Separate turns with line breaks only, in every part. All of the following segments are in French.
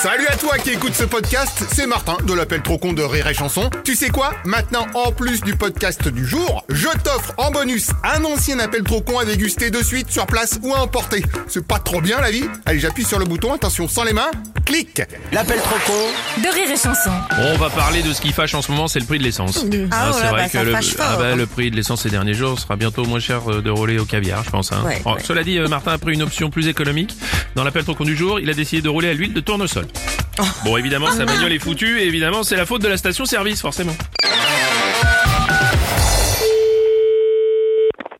Salut à toi qui écoute ce podcast, c'est Martin de l'appel trop con de Rire et Chanson. Tu sais quoi Maintenant, en plus du podcast du jour, je t'offre en bonus un ancien appel trop con à déguster de suite sur place ou à emporter. C'est pas trop bien la vie Allez, j'appuie sur le bouton, attention, sans les mains, clique
L'appel trop con
de rire et chanson.
On va parler de ce qui fâche en ce moment, c'est le prix de l'essence. Hein,
Ah, oh
c'est
là,
vrai
bah, ça
que le,
fâche fort,
ah bah,
hein.
le prix de l'essence ces derniers jours sera bientôt moins cher euh, de rouler au caviar, je pense. hein.
Ouais,
Bon,
ouais.
Cela dit, euh, Martin a pris une option plus économique. Dans l'appel trop con du jour, il a décidé de rouler à l'huile de tournesol.
Oh.
Bon, évidemment,
Ah,
sa bagnole est foutue et évidemment, c'est la faute de la station-service, forcément.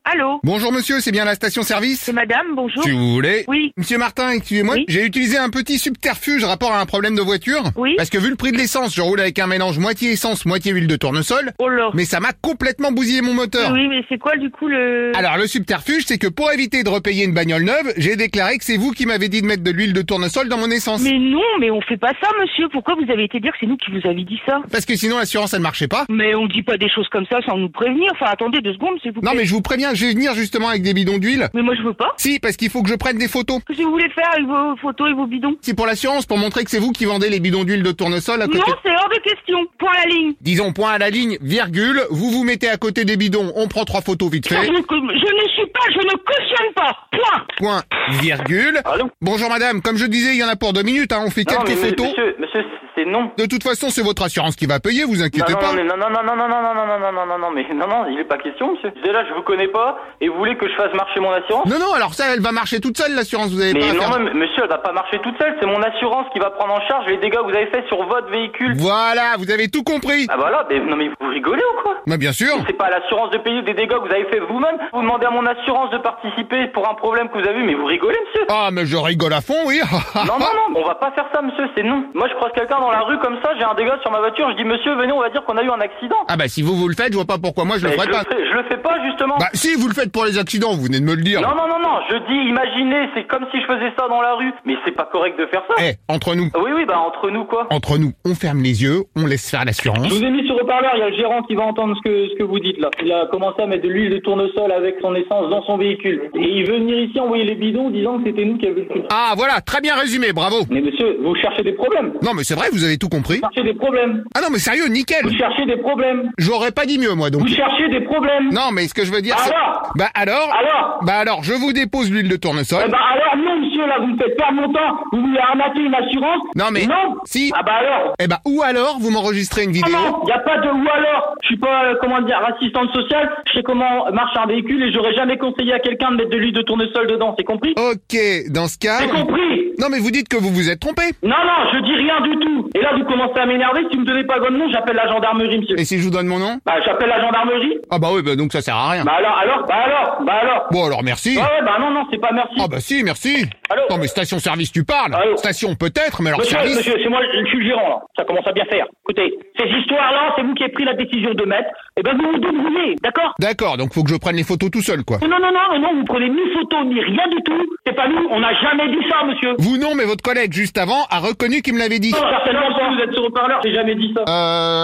Allô
Bonjour monsieur, c'est bien la station-service
C'est madame, bonjour.
Si vous voulez.
Oui.
Monsieur Martin, excusez-moi,
Oui.
j'ai utilisé un petit subterfuge rapport à un problème de voiture.
Oui.
Parce que vu le prix de l'essence, je roule avec un mélange moitié essence, moitié huile de tournesol.
Oh là.
Mais ça m'a complètement bousillé mon moteur.
Oui, mais c'est quoi du coup
Mm.
le...
Alors le subterfuge, c'est que pour éviter de repayer une bagnole neuve, j'ai déclaré que c'est vous qui m'avez dit de mettre de l'huile de tournesol dans mon essence.
Mais non, mais on fait pas ça, monsieur. Pourquoi vous avez été dire que c'est nous qui vous avez dit ça
Parce que sinon l'assurance elle marchait pas.
Mais on dit pas des choses comme ça sans nous prévenir. Enfin, attendez deux secondes, s'il vous plaît.
Non mais je vous préviens, je vais venir justement avec des bidons d'huile.
Mais moi, je veux pas.
Si, parce qu'il faut que je prenne des photos.
Qu'est-ce que vous voulez faire avec vos photos et vos bidons
C'est pour l'assurance, pour montrer que c'est vous qui vendez les bidons d'huile de tournesol à côté.
Non, c'est hors de question. Point à la ligne.
Disons point à la ligne, virgule, vous vous mettez à côté des bidons, on prend trois photos vite
Je
fait.
ne, je ne suis pas, je ne cautionne pas. Point.
Point, virgule.
Allô
Bonjour madame, comme je disais, il y en a pour deux minutes, hein, on fait
Non, mais
quelques
monsieur-
photos.
Monsieur, monsieur, c'est- c'est non.
De toute façon, c'est votre assurance qui va payer, vous
Non,
inquiétez
non,
pas.
non, mais non, non, non, non, non, non, non, non, non, non, non, non, mais non, non, il est pas question, monsieur. Déjà, je vous connais pas, et vous voulez que je fasse marcher mon assurance
Non, non, alors ça, elle va marcher toute seule, l'assurance, vous avez pas
Mais
à
non,
faire.
mais monsieur, elle va pas marcher toute seule, c'est mon assurance qui va prendre en charge les dégâts que vous avez faits sur votre véhicule.
Voilà, vous avez tout compris.
Ah voilà, mais non, mais vous rigolez ou quoi
Mais bien sûr.
C'est pas à l'assurance de payer des dégâts que vous avez faits vous-même Vous demandez à mon assurance de participer pour un problème que vous avez eu, mais vous rigolez, monsieur
Ah, mais je rigole à fond, oui. ah.
Non, non, non, on va pas faire ça, monsieur, c'est non. Moi, je croise quelqu'un dans la rue comme ça, j'ai un dégât sur ma voiture, je dis, monsieur, venez, on va dire qu'on a eu un accident.
Ah bah si vous vous le faites, je vois pas pourquoi moi je le
Mais
ferais
je, le
pas.
fais, je le fais pas, justement.
Bah si vous le faites pour les accidents, vous venez de me le dire.
Non, non, non, non, je dis, imaginez, c'est comme si je faisais ça dans la rue. Mais c'est pas correct de faire ça.
Eh, entre nous,
Oui, oui, bah entre nous, quoi.
entre nous, on ferme les yeux, on laisse faire l'assurance.
ai mis sur haut-parleur, il y a le gérant qui va entendre ce que, ce que vous dites là. Il a commencé à mettre de l'huile de tournesol avec son essence dans son véhicule. Et il veut venir ici envoyer les bidons disant que c'était nous qui avions le truc.
Ah voilà, très bien résumé, bravo.
Mais monsieur, vous cherchez des problèmes.
Non mais c'est vrai, vous avez tout compris.
cherchez des problèmes.
Ah non mais sérieux, nickel.
cherchez des problèmes.
J'aurais pas dit mieux moi donc.
cherchez des problèmes.
Non mais ce que je veux dire
Ah
c'est...
Alors
Bah alors
Alors
Bah alors, je vous dépose l'huile de tournesol.
bah alors non, monsieur, là, vous me faites perdre mon temps. Vous voulez arnaquer une assurance
Non mais... Si.
bah alors
Eh bah ou alors, vous m'enregistrez une vidéo.
Ah Non, il n'y a pas de ou alors. Je suis pas, euh, comment dire, assistante sociale. Je sais comment marche un véhicule et j'aurais jamais conseillé à quelqu'un de mettre de l'huile de tournesol dedans. C'est compris
Ah Ok, dans ce cas...
C'est compris
Non mais vous dites que vous vous êtes trompé.
Non, non, je dis rien du tout. Et là, vous commencez à m'énerver. Si vous me donnez pas votre nom, j'appelle la gendarmerie, monsieur.
Et si je vous donne mon nom
Bah, j'appelle la gendarmerie.
Ah bah oui, bah donc ça sert à rien.
Bah alors, alors, bah alors, bah alors.
Bon alors merci.
Ouais, ouais, bah non, non, c'est pas merci.
Ah bah si, merci.
Allô
non mais station service tu parles.
Allô
Station peut-être, mais alors
Monsieur,
service.
monsieur, c'est moi, je suis le gérant, là. Ça commence à bien faire. Écoutez, ces histoires-là, c'est vous qui avez pris la décision de mettre. Eh ben, vous vous débrouillez, d'accord
D'accord, donc faut que je prenne les photos tout seul quoi.
Non, non, non, non, non, vous prenez ni photo, ni rien du tout. C'est pas nous, on n'a jamais dit ça, monsieur.
Vous non, mais votre collègue juste avant a reconnu qu'il me l'avait dit.
Certainement pas. Vous êtes sur haut-parleur, j'ai jamais dit ça.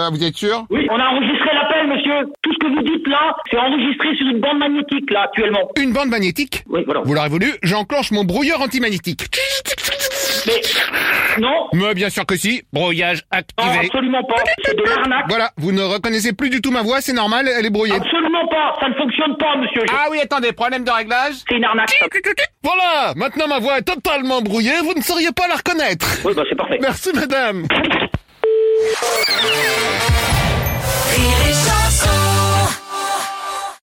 Euh, vous êtes sûr
Oui, on a enregistré l'appel, monsieur. Tout ce que vous dites là, c'est enregistré sur une bande magnétique, là, actuellement.
Une bande magnétique
Oui, voilà.
Vous l'aurez voulu, j'enclenche mon brouilleur antimagnétique.
Mais, non,
Mais bien sûr que si, brouillage
non,
activé.
Ah, absolument pas. C'est de l'arnaque.
Voilà, vous ne reconnaissez plus du tout ma voix, c'est normal, elle est brouillée.
Absolument pas. Ça ne fonctionne pas, monsieur.
Ah oui, attendez, problème de réglage
C'est une arnaque. ça.
Voilà, maintenant ma voix est totalement brouillée, vous ne sauriez pas la reconnaître.
Oui, bah, c'est parfait.
Merci madame.